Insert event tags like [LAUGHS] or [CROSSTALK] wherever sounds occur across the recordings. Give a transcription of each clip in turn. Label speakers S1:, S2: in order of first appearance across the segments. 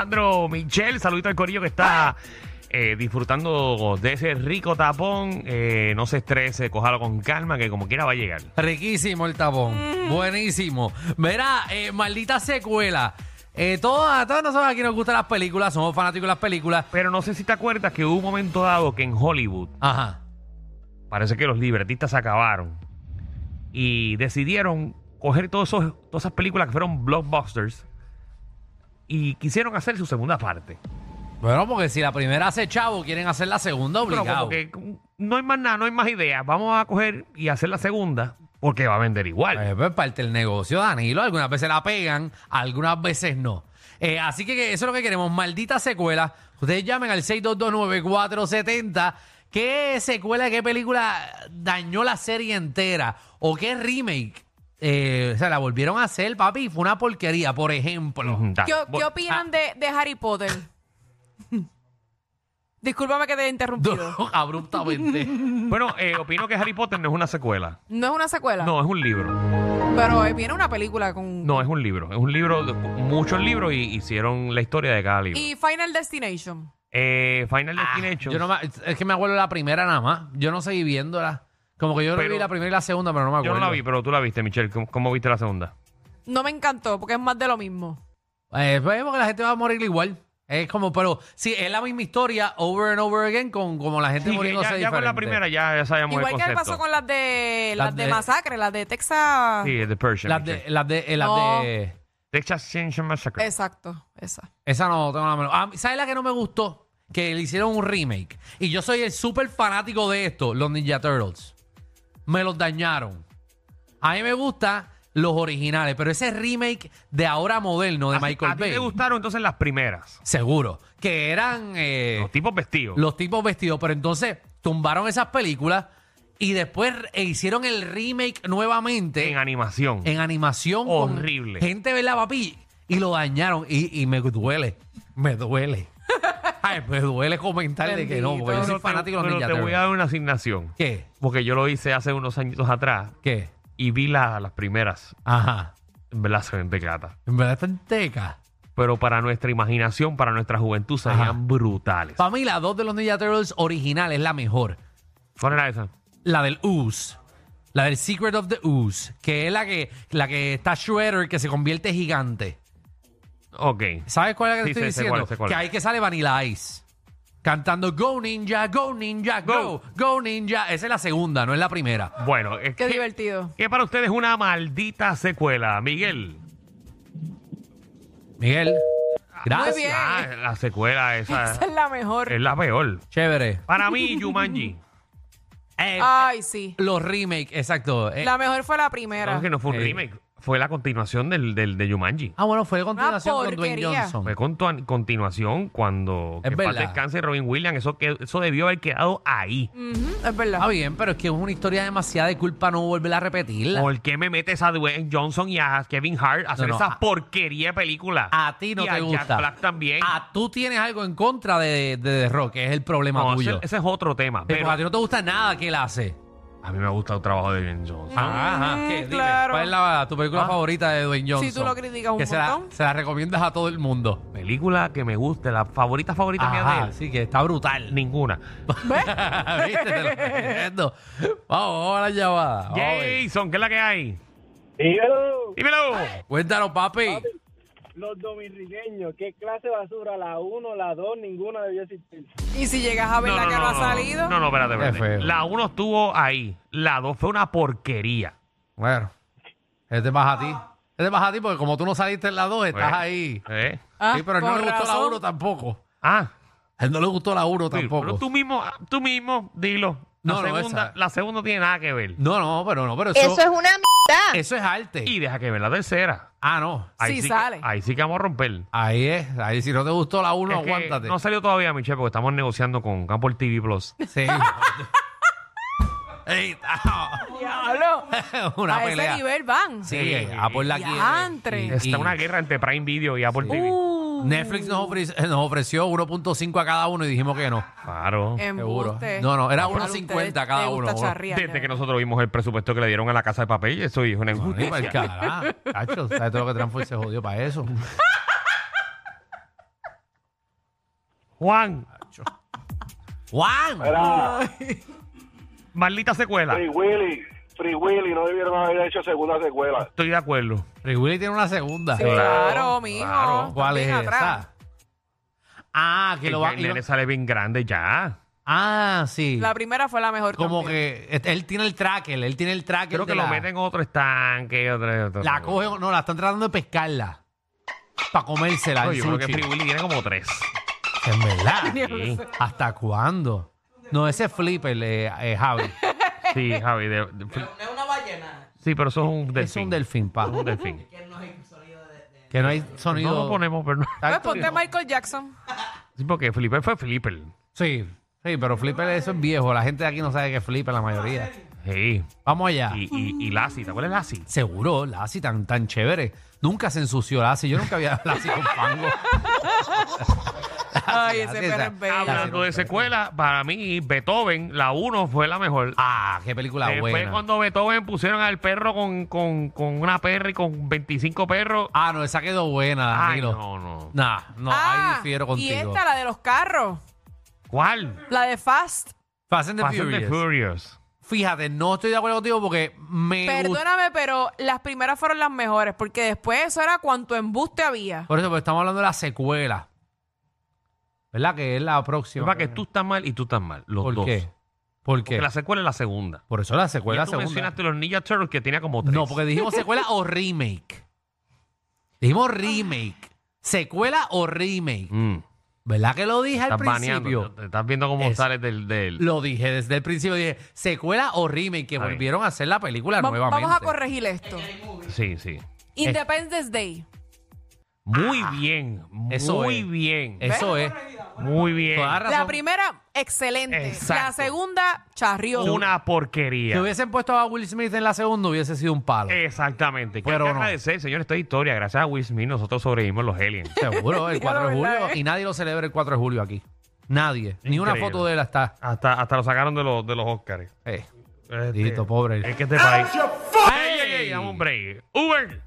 S1: Alejandro Michel, saludito al corillo que está eh, disfrutando de ese rico tapón. Eh, no se estrese, cójalo con calma, que como quiera va a llegar.
S2: Riquísimo el tapón.
S1: Mm.
S2: Buenísimo. Verá, eh, maldita secuela. Eh, todas, todas nosotros aquí nos gustan las películas, somos fanáticos de las películas.
S1: Pero no sé si te acuerdas que hubo un momento dado que en Hollywood
S2: Ajá.
S1: parece que los libretistas se acabaron y decidieron coger todos esos, todas esas películas que fueron blockbusters y quisieron hacer su segunda parte.
S2: Bueno, porque si la primera hace chavo, quieren hacer la segunda
S1: Pero
S2: obligado.
S1: como que no hay más nada, no hay más ideas. Vamos a coger y hacer la segunda porque va a vender igual.
S2: Eh, pues parte del negocio, Danilo. Algunas veces la pegan, algunas veces no. Eh, así que que eso es lo que queremos. Maldita secuela. Ustedes llamen al 6229470. ¿Qué secuela, qué película dañó la serie entera? ¿O qué remake? Eh, o sea, la volvieron a hacer, papi. y Fue una porquería, por ejemplo. [LAUGHS]
S1: Ujú, dale.
S3: ¿Qué,
S1: Voy-
S3: qué opinan de, de Harry Potter? [LAUGHS] Discúlpame que te he interrumpido.
S2: Abruptamente.
S1: Bueno, eh, opino que Harry Potter no es una secuela.
S3: No es una secuela.
S1: No, es un libro.
S3: Pero eh, viene una película con.
S1: No, es un libro. Es un libro, de- muchos libros y hicieron la historia de cada libro.
S3: Y Final Destination.
S1: Eh, Final Destination.
S2: Ah, yo no me- es que me acuerdo de la primera nada más. Yo no seguí viéndola. Como que yo
S1: Pero-
S2: vi la primera y la segunda, pero no me
S1: yo
S2: acuerdo.
S1: no la vi, pero tú la viste, Michelle. ¿Cómo, cómo viste la segunda?
S3: No me encantó porque es más de lo mismo.
S2: Eh, pues, porque la gente va a morir igual. Es como, pero sí, es la misma historia over and over again con como la gente
S1: Sí, que
S2: muriéndose
S1: ya, ya con la
S2: diferente.
S1: primera ya, ya sabemos
S3: Igual
S1: el
S3: que
S1: concepto.
S3: pasó con las de
S2: Las
S3: las de
S2: de-
S3: masacre, las de Texas.
S1: Sí, The Persian.
S2: Las de, las de, eh, las
S3: No.
S2: de-
S1: Texas Chainsaw Massacre.
S3: Exacto, esa.
S2: esa no tengo la menor. Ah, ¿Sabes la que no me gustó? Que le hicieron un remake. Y yo soy el súper fanático de esto, los Ninja Turtles. Me los dañaron. A mí me gustan los originales, pero ese remake de ahora moderno de
S1: ¿A-
S2: Michael
S1: ¿A ti
S2: Bay.
S1: te gustaron entonces las primeras?
S2: Seguro. Que eran. eh,
S1: Los tipos vestidos.
S2: los tipos vestidos. Pero entonces tumbaron esas películas y después eh, hicieron el remake nuevamente
S1: en
S2: en,
S1: animación.
S2: animación. con
S1: Horrible.
S2: Gente, ¿verdad, papi? Y lo dañaron. Y, y me duele.
S1: [LAUGHS]
S2: Me duele. Ay, me duele comentarle que no, porque yo soy
S1: Pero te-
S2: fanático de los
S1: pero
S2: Ninja
S1: te voy a
S2: Turtles.
S1: dar una asignación.
S2: ¿Qué?
S1: Porque yo lo hice hace unos añitos atrás
S2: ¿Qué?
S1: y vi la- las primeras.
S2: Ajá.
S1: En verdad se ven de gata.
S2: En verdad están tecas.
S1: pero para nuestra imaginación, para nuestra juventud,
S2: Ajá.
S1: serían brutales.
S2: Para mí, la dos de los Ninja Turtles original es la mejor.
S1: ¿Cuál era esa?
S2: la del Ooze. La del Secret of the Ooze, que es la que, la que está Shredder, que se convierte gigante.
S1: Ok.
S2: ¿Sabes cuál es la que
S1: Sí,
S2: te
S1: sé-
S2: estoy
S1: sé
S2: diciendo?
S1: cuál es, sé cuál
S2: que
S1: es.
S2: ahí que sale Vanilla Ice. Cantando Go Ninja, Go Ninja, Go,
S1: Go.
S2: Go, Ninja. Esa es la segunda, no es la primera.
S1: Bueno, es
S3: Qué
S1: que,
S3: divertido.
S1: que para ustedes una maldita secuela, Miguel.
S2: Miguel, gracias.
S3: Muy bien.
S1: Ah, la secuela esa
S3: [LAUGHS] Esa es la mejor.
S1: es la peor.
S2: Chévere.
S1: Para
S3: [LAUGHS]
S1: mí, Jumanji.
S3: Ah,
S2: Eh,
S3: Ay, sí.
S2: los remakes, exacto. Eh,
S3: La mejor fue la
S1: No,
S3: primera.
S1: es que no fue un
S2: Eh.
S1: remake, fue la continuación del, del- de Jumanji.
S2: Ah, bueno, fue de continuación con Dwayne
S3: porquería.
S2: Johnson.
S1: Fue con tu- continuación cuando
S2: Es
S1: que parte
S2: verdad.
S1: descanse Robin Williams. Eso, que, eso debió haber quedado ahí.
S3: Ujú, es verdad.
S2: Está bien, pero es que es una historia demasiada de culpa no volver a repetirla.
S1: ¿Por qué me metes a Dwayne Johnson y a Kevin Hart a hacer
S2: no,
S1: esa
S2: a-
S1: porquería de película?
S2: A ti no
S1: Y
S2: te
S1: a Jack
S2: gusta.
S1: Black también.
S2: Ah, tú tienes algo en contra de, de The Rock, que es el problema
S1: No, ese,
S2: tuyo.
S1: ese es otro tema.
S2: Pero
S1: Pero
S2: a ti no te gusta nada que él hace.
S1: a mí me gusta el trabajo de Dwayne Johnson.
S2: Ajá, ajá. Ah, ¿qué? Dime,
S3: claro.
S2: ¿Cuál es la, tu película
S1: Ah.
S2: favorita de Dwayne Johnson?
S3: Sí, tú lo criticas un
S2: que se la-
S3: montón.
S2: se la recomiendas a todo el mundo.
S1: Película que me guste, la favorita favorita mía
S2: Ajá,
S1: de él.
S2: sí, que está brutal.
S1: Ninguna.
S2: [LAUGHS] ¿Viste? Te lo estoy diciendo. Vamos, vamos a la llamada. Vamos a ver.
S1: Jason, ¿qué es la que hay?
S4: Dígalo,
S1: Dímelo.
S2: Cuéntanos, papi.
S4: los dominriqueños, ¿qué clase de basura? La 1, la 2, ninguna debió existir.
S3: Y si llegas a ver la que no, ha salido.
S1: No, no, espérate,
S2: Qué
S1: espérate.
S2: feo.
S1: La 1 estuvo ahí. La 2 fue una porquería.
S2: Bueno, este más a ti. Este más a ti porque como tú no saliste en la 2, estás
S1: Bueno.
S2: ahí.
S1: ¿Eh?
S3: Ah,
S2: sí, pero él no
S3: con
S2: le gustó la
S3: razón.
S2: 1 tampoco.
S1: Ah,
S2: A él no le gustó la 1
S1: sí, pero
S2: tampoco.
S1: tú mismo, tú mismo, dilo. La,
S2: No, no,
S1: segunda,
S2: esa-
S1: la segunda no tiene nada que ver.
S2: No, no, pero no, pero
S5: Eso es una mierda.
S2: Eso es arte.
S1: Y deja que ver la tercera.
S2: Ah, no.
S1: Ahí
S3: Sí
S1: que-
S3: sale.
S1: ahí sí que vamos a romper.
S2: Ahí es. Ahí si no te gustó la 1,
S1: Es que
S2: aguántate.
S1: no salió todavía, Michelle, porque estamos negociando con Campbell TV Plus.
S2: Sí. Ey, ta-
S3: Diablo.
S2: [LAUGHS] una
S3: a
S2: pelea.
S3: ese nivel van.
S2: Sí,
S1: Sí.
S2: a por la
S3: Diantre.
S2: quiere. [LAUGHS] Y-
S1: Está
S2: y
S1: una guerra entre Prime Video y Apple TV.
S3: Uh,
S2: Netflix nos ofreció, nos ofreció 1.5 a cada uno y dijimos que no.
S1: Claro.
S2: Eh, Seguro.
S3: embuste.
S2: No, no, era
S3: Pero
S2: 1.50
S3: ustedes
S2: cada
S3: les
S2: uno,
S3: gusta
S2: bro.
S3: charrear,
S1: Desde
S3: ya.
S1: que nosotros vimos el presupuesto que le dieron a la casa de papel, eso hijo una
S2: Ay, pues,
S1: injusticia.
S2: pa'l carajo. Cacho, ¿sabes todo lo que Transfer se jodió para eso?
S1: Juan,
S2: [LAUGHS] ¡Juan!
S5: Era
S1: maldita secuela.
S5: Free Willy. Free Willy, no debieron haber hecho segunda secuela.
S1: Estoy de acuerdo.
S2: Regular tiene una segunda.
S3: Sí,
S1: Claro,
S3: claro, mijo.
S2: Claro, ¿cuál es
S3: Bien atrás.
S2: esa? Ah, que
S1: El,
S2: lo va
S1: el nene sale bien grande ya.
S2: Ah, sí.
S3: La primera fue la mejor.
S2: Como
S3: también.
S2: que et- él tiene el tracker, él tiene el tracker.
S1: Creo que
S2: de
S1: lo
S2: la-
S1: meten en otro estanque. Otro, otro-
S2: La coge, no, la están tratando de pescarla. Para comérsela.
S1: Pero
S2: el
S1: Yo creo que
S2: sushi.
S1: Free Willy tiene como tres. [LAUGHS]
S2: En verdad.
S3: Yo no
S1: Sí.
S3: sé.
S2: ¿Hasta cuándo? No, ese es Flipper, eh, eh,
S1: [LAUGHS]
S2: Javi.
S1: Sí, Javi. de- de-
S6: No es una ballena,
S1: sí, pero eso es un delfín.
S2: Es un delfín, pa.
S1: Un delfín.
S6: que no hay sonido de... de-
S2: Que no hay sonido.
S1: No lo ponemos, pero no.
S3: Pues
S2: Exacto.
S3: ponte Michael Jackson.
S1: Sí, porque Flipper fue Flipper.
S2: Sí, sí, pero Flipper eso es viejo. La gente de aquí no sabe que es Flipper la mayoría.
S1: Sí.
S2: Vamos allá.
S1: Y, y,
S2: Mm.
S1: y Lassie, ¿te acuerdas de Lassie?
S2: Seguro, Lassie tan, tan chévere. Nunca se ensució Lassie. Yo nunca había Lassie con
S1: [LAUGHS]
S2: fango.
S3: Ay, ese
S2: Lassie,
S3: perro
S2: esa-
S3: es bello.
S2: Lassie
S1: Hablando
S2: con
S1: de
S2: fango.
S1: secuela, para mí Beethoven, la 1 fue la mejor.
S2: Ah, qué película
S1: Después
S2: buena.
S1: cuando Beethoven pusieron al perro con, con, con una perra y con 25 perros.
S2: Ah, no, esa quedó buena,
S1: Ay,
S2: Ah, Danilo.
S1: no, no.
S2: Nah, no, ahí
S3: ah,
S2: difiero
S3: y
S2: contigo.
S3: esta, la de los carros.
S1: ¿Cuál?
S3: La de Fast.
S2: Fast and the
S1: Fast and the
S2: Furious.
S1: Furious.
S2: Fíjate, no estoy de acuerdo contigo porque me gusta.
S3: Perdóname, pero las primeras fueron las mejores, porque después eso era cuanto embuste había.
S2: Por eso, porque estamos hablando de la secuela. ¿Verdad? Que es la
S1: Es
S2: próxima.
S1: para que tú estás mal y tú estás mal, los
S2: ¿Por
S1: dos.
S2: qué? ¿Por qué?
S1: Porque la secuela es la segunda.
S2: Por eso la secuela
S1: Ya
S2: es
S1: tú
S2: la segunda.
S1: mencionaste los Ninja Turtles que tenía como tres.
S2: No, porque dijimos secuela o remake. Dijimos remake. Secuela o remake.
S1: Mm,
S2: ¿Verdad que lo dije al
S1: estás
S2: principio?
S1: baneando. Te estás viendo cómo
S2: Es-
S1: sales del... del-
S2: Lo dije desde el principio. Dije secuela o remake que
S1: Está bien.
S2: volvieron a hacer la película
S3: Va-
S2: nuevamente.
S3: vamos a corregir esto.
S1: Sí, sí.
S2: Ah,
S3: Independence Day.
S1: Muy bien.
S2: eso
S1: muy
S2: es.
S1: bien.
S2: Eso es.
S1: muy bien.
S2: Toda razón.
S3: La primera, excelente. La
S1: Exacto.
S3: segunda, charrioso.
S1: Una porquería.
S2: Si hubiesen puesto a Will Smith en la segunda hubiese sido un palo.
S1: Exactamente.
S2: Pero
S1: Quiero
S2: no.
S1: agradecer, señor, esta historia. Gracias a Will Smith nosotros sobrevivimos los aliens.
S2: Seguro,
S3: [LAUGHS]
S2: el 4 de
S3: Dígalo, ¿verdad,
S2: julio.
S3: eh?
S2: Y nadie lo celebra el 4 de julio aquí. Nadie. Ni una
S1: Increíble.
S2: foto de él está.
S1: Hasta, hasta lo sacaron de los, de los Oscars.
S2: Eh,
S1: Este,
S2: Dito, pobre.
S1: Es que este país... ¡Ey, ey, ey! Dame un break. Uber,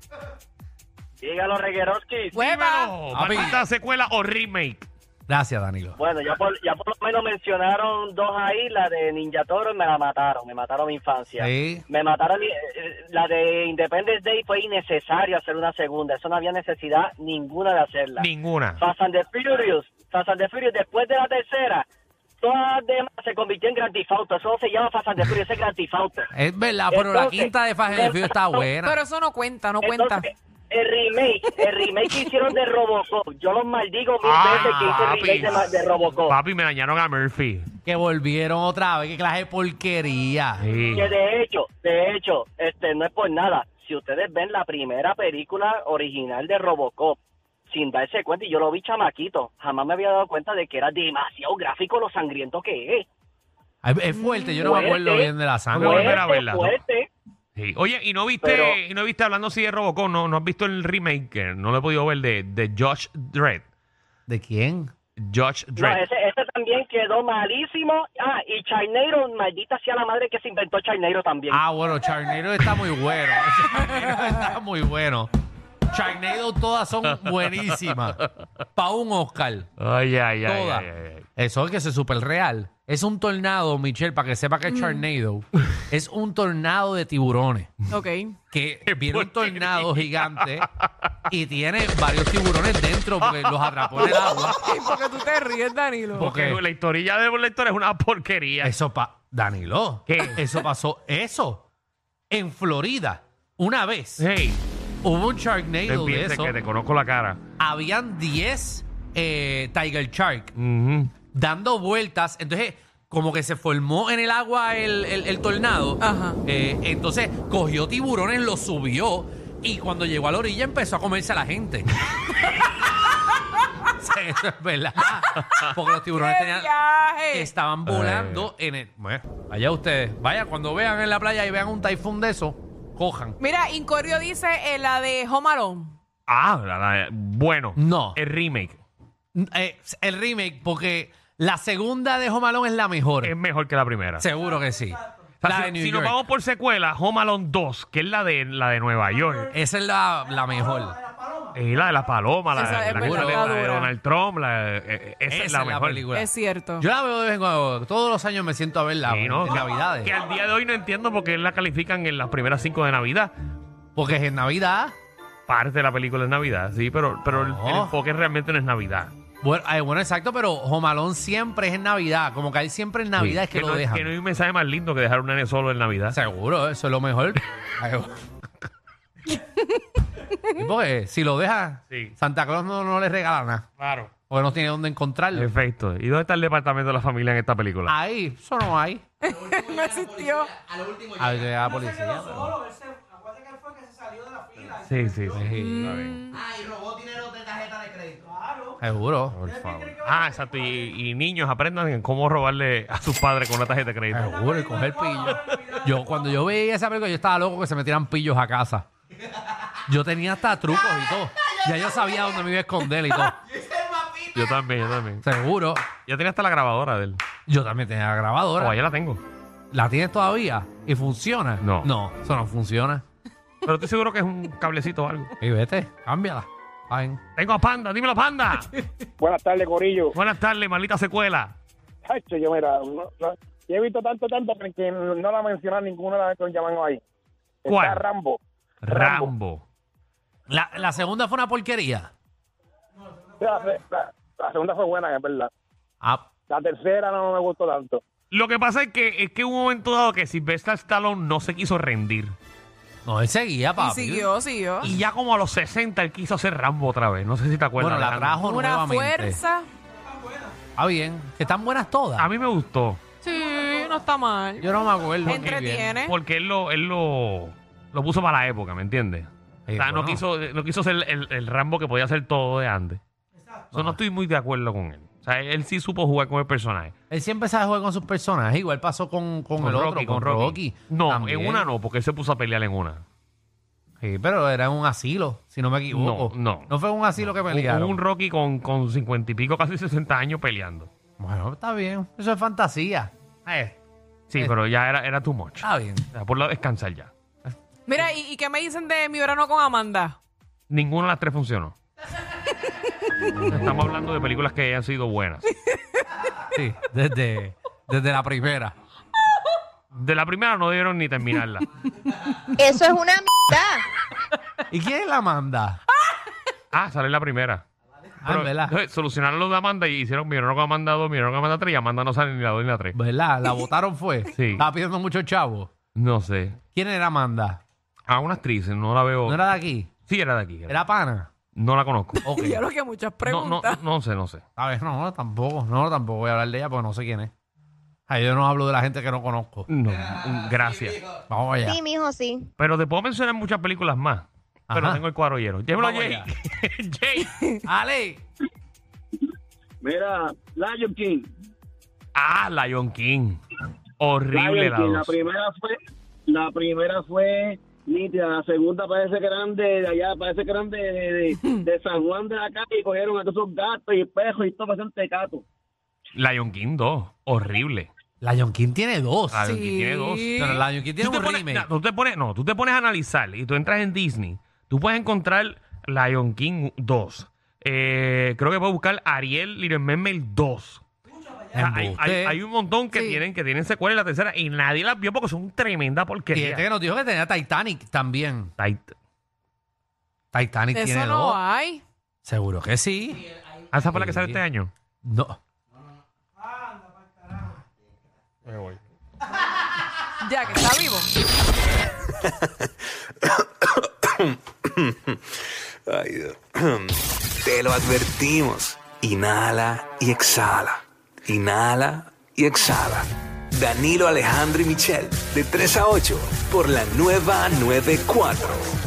S4: Dígalo, Regueroski.
S3: ¡Hueva!
S1: dímelo.
S2: Papi.
S1: Maldita secuela o remake.
S2: Gracias, Danilo.
S4: Bueno, ya por, ya por lo menos mencionaron dos ahí, la de Ninja Toro y me la mataron, me mataron mi infancia.
S2: Sí.
S4: Me mataron, eh, eh, la de Independence Day fue innecesario hacer una segunda, eso no había necesidad ninguna de hacerla.
S1: Ninguna.
S4: Fast and the Furious, Fast and the Furious, después de la tercera, todas las demás se convirtió en Grand Theft Auto, eso no se llama Fast and the Furious, es Grand Theft Auto.
S1: Eh,
S2: Es verdad, pero la
S4: Entonces,
S2: quinta de Fast and the Furious está buena.
S3: Pero eso no cuenta, no cuenta.
S4: Entonces, el remake, el remake que hicieron de Robocop, yo los maldigo mil veces que hice
S1: Ah,
S4: el remake de, ma- de Robocop.
S1: Papi, me dañaron a Murphy.
S2: Que volvieron otra vez. Qué clase de porquería.
S1: Sí.
S4: Que de hecho, de hecho, este no es por nada. Si ustedes ven la primera película original de Robocop, sin darse cuenta, y yo lo vi chamaquito, jamás me había dado cuenta de que era demasiado gráfico lo sangriento que es.
S2: Ay, Es fuerte, yo no me
S4: Fuerte.
S2: acuerdo bien de la sangre.
S1: Voy a volver
S4: Fuerte,
S1: a verla, ¿no?
S4: fuerte.
S1: Sí. Oye, y no viste,
S4: Pero-
S1: y no viste hablando así de Robocop, no, no has visto el remake, que no lo he podido ver, de, de Josh Dredd.
S2: ¿De quién?
S1: Josh
S4: No,
S1: Dredd.
S4: ese, ese también quedó malísimo. Ah, y Charneiro, maldita sea la madre que se inventó Charneiro también.
S2: Ah, bueno, Charnero está muy bueno. [LAUGHS] Charnero está muy bueno. Charnero todas son buenísimas. Pa' un Oscar.
S1: Ay, ay, ay,
S2: Todas.
S1: ay, ay, ay.
S2: Eso es que se super real. Es un tornado, Michelle, para que sepa que es Charnado. Es un tornado de tiburones.
S3: Ok.
S1: [LAUGHS]
S2: Que viene un tornado gigante y tiene varios tiburones dentro porque los atrapó en el agua.
S3: Porque tú te ríes,
S1: [LAUGHS]
S3: Danilo.
S1: Porque
S2: Ok.
S1: la historia de lector es una porquería.
S2: Eso pa Danilo.
S1: ¿Qué?
S2: Eso pasó. Eso. En Florida, una vez,
S1: Hey,
S2: hubo un
S1: no
S2: Sharknado de
S1: empieces
S2: eso.
S1: ¿Eh? que te conozco la cara.
S2: Habían 10 eh, Tiger Shark
S1: Ujú.
S2: dando vueltas. Entonces, como que se formó en el agua el, el- el tornado.
S3: Ajá.
S2: Eh, entonces, cogió tiburones, los subió. Y cuando llegó a la orilla empezó a comerse a la gente. [LAUGHS] Sí, Eso es verdad. Porque los tiburones
S3: ¡Qué
S2: tenían,
S3: viaje!
S2: estaban volando en el. Bueno, allá ustedes. Vaya, cuando vean en la playa y vean un taifún de eso, cojan.
S3: Mira, Incordio dice eh, la de Home Alone.
S1: Ah, la- la- bueno.
S2: No.
S1: El remake
S2: N- eh, el remake, porque la segunda de Home Alone es la mejor.
S3: Eh,
S1: es mejor que la primera.
S2: Seguro que sí.
S1: O sea,
S2: La
S1: si
S2: de New
S1: si nos
S2: York.
S1: vamos por secuela, Home Alone 2, que es la de, la de Nueva York.
S2: Esa es la, la mejor.
S1: Y la de la paloma, la,
S3: Esa es
S1: la que
S3: verdad,
S1: sale-
S3: la
S1: la de
S3: dura.
S1: Donald Trump, la- eh, eh, esa, es la mejor.
S2: película.
S3: Es cierto.
S2: Yo la veo de vez en cuando. Todos los años me siento a verla.
S1: Sí, ¿no?
S2: En
S1: Que-
S2: Navidades.
S1: Que al día de hoy no entiendo por qué la califican en las primeras cinco de Navidad.
S2: Porque es en Navidad.
S1: Parte de la película es Navidad, sí, pero, pero el- el,
S2: No.
S1: enfoque realmente no es Navidad.
S2: Bueno, ay, bueno, exacto, pero Jomalón siempre es en Navidad. Como que él siempre en Navidad
S1: Sí.
S2: es que, lo
S1: no,
S2: dejan.
S1: que no hay un mensaje más lindo que dejar un nene solo en Navidad.
S2: Seguro, eso es
S1: [LAUGHS]
S2: lo mejor. Ay, bueno. Y porque si lo deja,
S1: Sí.
S2: Santa Claus no, no le regala nada.
S1: Claro.
S2: Porque no tiene dónde encontrarlo.
S1: Perfecto. ¿Y dónde está el departamento de la familia en esta película?
S2: Ahí, eso no hay.
S3: no existió.
S6: A lo último
S2: Ahí llega la
S6: llega. Él no se
S2: policía,
S6: quedó
S2: pero-
S6: solo, él se- acuérdate que él fue que se salió de la fila.
S2: Ah.
S1: Sí, sí, sí.
S2: Sí,
S1: Está bien.
S6: Ah, y robó dinero de tarjeta de crédito. Claro.
S2: Seguro.
S1: Por favor. Ah, exacto. Y, y niños aprendan en cómo robarle a sus padres con una tarjeta de crédito.
S2: Seguro, y coger pillos. Yo, cuando yo veía esa película, yo estaba loco que se metieran pillos a casa. Yo tenía hasta trucos y todo. Ya yo sabía dónde me iba a esconder y todo.
S1: Yo también, yo también.
S2: Seguro.
S1: Yo tenía hasta la grabadora de él.
S2: Yo también tenía la grabadora.
S1: Oh, ya la tengo.
S2: ¿La tienes todavía? ¿Y funciona?
S1: No.
S2: No, eso no funciona.
S1: Pero estoy seguro que es un cablecito o algo.
S2: Y vete, cámbiala. Ven.
S1: Tengo a Panda, dímelo,
S2: [LAUGHS]
S1: Panda.
S5: Buenas tardes, Corillo.
S1: Buenas tardes, maldita secuela.
S5: Hacho, yo mira, no, no, yo he visto tanto, tanto que- que no la mencionan ninguna de las que nos llaman ahí.
S1: ¿Cuál?
S5: Está Rambo.
S1: Rambo.
S2: La, la segunda fue una porquería.
S5: O sea, La, la- la segunda fue buena, es verdad.
S2: Ah,
S5: La tercera no me gustó tanto.
S1: Lo que pasa es que es que hubo un momento dado que Sylvester Stallone no se quiso rendir.
S2: no, él seguía,
S3: Y
S2: papi.
S3: siguió, siguió.
S2: Ah.
S1: Y ya como a los 60 él quiso hacer Rambo otra vez. No sé si te acuerdas.
S2: Bueno, la
S1: Alejandro.
S2: trajo
S3: Una
S2: nuevamente.
S3: fuerza.
S2: Ah, bien. Que están buenas todas.
S1: A mí me gustó.
S3: Sí, no está mal.
S2: Yo no me acuerdo. muy bien.
S3: Entretiene.
S1: Porque él lo, él lo, lo puso para la época, ¿me entiendes?
S2: Eh,
S1: o sea, no,
S2: bueno.
S1: quiso, no quiso ser el, el Rambo que podía hacer todo de antes. Yo no estoy muy de acuerdo con él. O sea, él sí supo jugar con el personaje.
S2: Él siempre sabe jugar con sus personajes. Igual pasó con, con,
S1: Con
S2: el
S1: Rocky,
S2: otro, con,
S1: con
S2: Rocky.
S1: Rocky. No,
S2: También.
S1: en una no, porque él se puso a pelear en una.
S2: Sí, pero era en un asilo, si no me equivoco.
S1: No, no.
S2: No fue en un asilo que
S1: Hubo
S2: pelearon.
S1: un Rocky con, con 50 y pico, casi 60 años peleando.
S2: Bueno, está bien. Eso es fantasía. Eh,
S1: Sí,
S2: Eh.
S1: pero ya era, era too much.
S2: está bien.
S1: O sea, por la descansar ya.
S3: Mira, ¿y, y qué me dicen de mi verano con Amanda? [LAUGHS]
S1: Ninguna de las tres funcionó. Estamos hablando de películas que hayan sido buenas.
S2: Sí, desde, desde la primera.
S1: De la primera no debieron ni terminarla.
S7: Eso es una mierda.
S2: ¿Y quién es la manda?
S1: Ah, sale la primera.
S2: Ah, ¿verdad?
S1: entonces, solucionaron lo de Amanda y hicieron Miraron con Amanda 2, Miraron con Amanda 3 y Amanda no sale ni la 2 ni la 3.
S2: ¿Verdad? ¿La votaron fue?
S1: Sí.
S2: Estaba pidiendo mucho chavo.
S1: No sé.
S2: ¿Quién era Amanda?
S1: A una actriz, no la veo.
S2: ¿No era de aquí?
S1: Sí, era de aquí. era-
S2: ¿Era pana?
S1: No la conozco.
S2: [LAUGHS] Ok.
S3: Yo creo que muchas
S1: No, no,
S3: preguntas.
S1: no sé, no sé.
S2: A ver, no, tampoco. No, tampoco voy a hablar de ella porque no sé quién es. Ay, yo no hablo de la gente que no conozco.
S1: No, mm, gracias.
S2: Vamos allá.
S7: Sí, mijo, sí.
S1: Pero te puedo mencionar muchas películas más. Pero
S2: Ajá.
S1: tengo el cuadrollero. Llévalo,
S2: Vamos
S1: Jay.
S2: allá.
S1: [LAUGHS] Jay.
S2: Ale.
S5: Mira, Lion King.
S1: Ah, Lion King. Horrible la dos.
S5: primera fue, la primera fue nítida, la segunda parece que eran de, allá, parece que eran de, San Juan de la Calle y cogieron a todos esos gatos y perros y todo bastante gatos.
S1: Lion King 2. Horrible.
S2: Lion King tiene dos.
S1: Ah, Lion
S3: Sí.
S1: King tiene dos.
S2: No, no, Lion King tiene
S1: Tú te
S2: un
S1: pones-
S2: remake.
S1: na- tú te pones, no, tú te pones a analizar y tú entras en Disney. Tú puedes encontrar Lion King 2. Eh, creo que puedes buscar Ariel Little Mermaid 2. O sea, Hay, hay-
S2: Embuste.
S1: hay un montón que
S3: Sí.
S1: tienen que tienen secuela y la tercera y nadie las vio porque son tremenda
S2: Y
S1: porquería.
S2: este que nos dijo que tenía Titanic también.
S1: Tait-
S2: Titanic
S3: Eso
S2: tiene
S3: no
S2: dos.
S3: hay.
S2: Seguro que sí.
S1: Ah, ¿Esa fue la que
S2: Sí.
S1: sale este año?
S2: No.
S3: Ya que está vivo.
S8: Ay, Dios. [CLEARS THROAT] Te lo advertimos. Inhala y exhala. Inhala y exhala. Danilo Alejandro y Michel, de 3 a 8, por la nueva 94.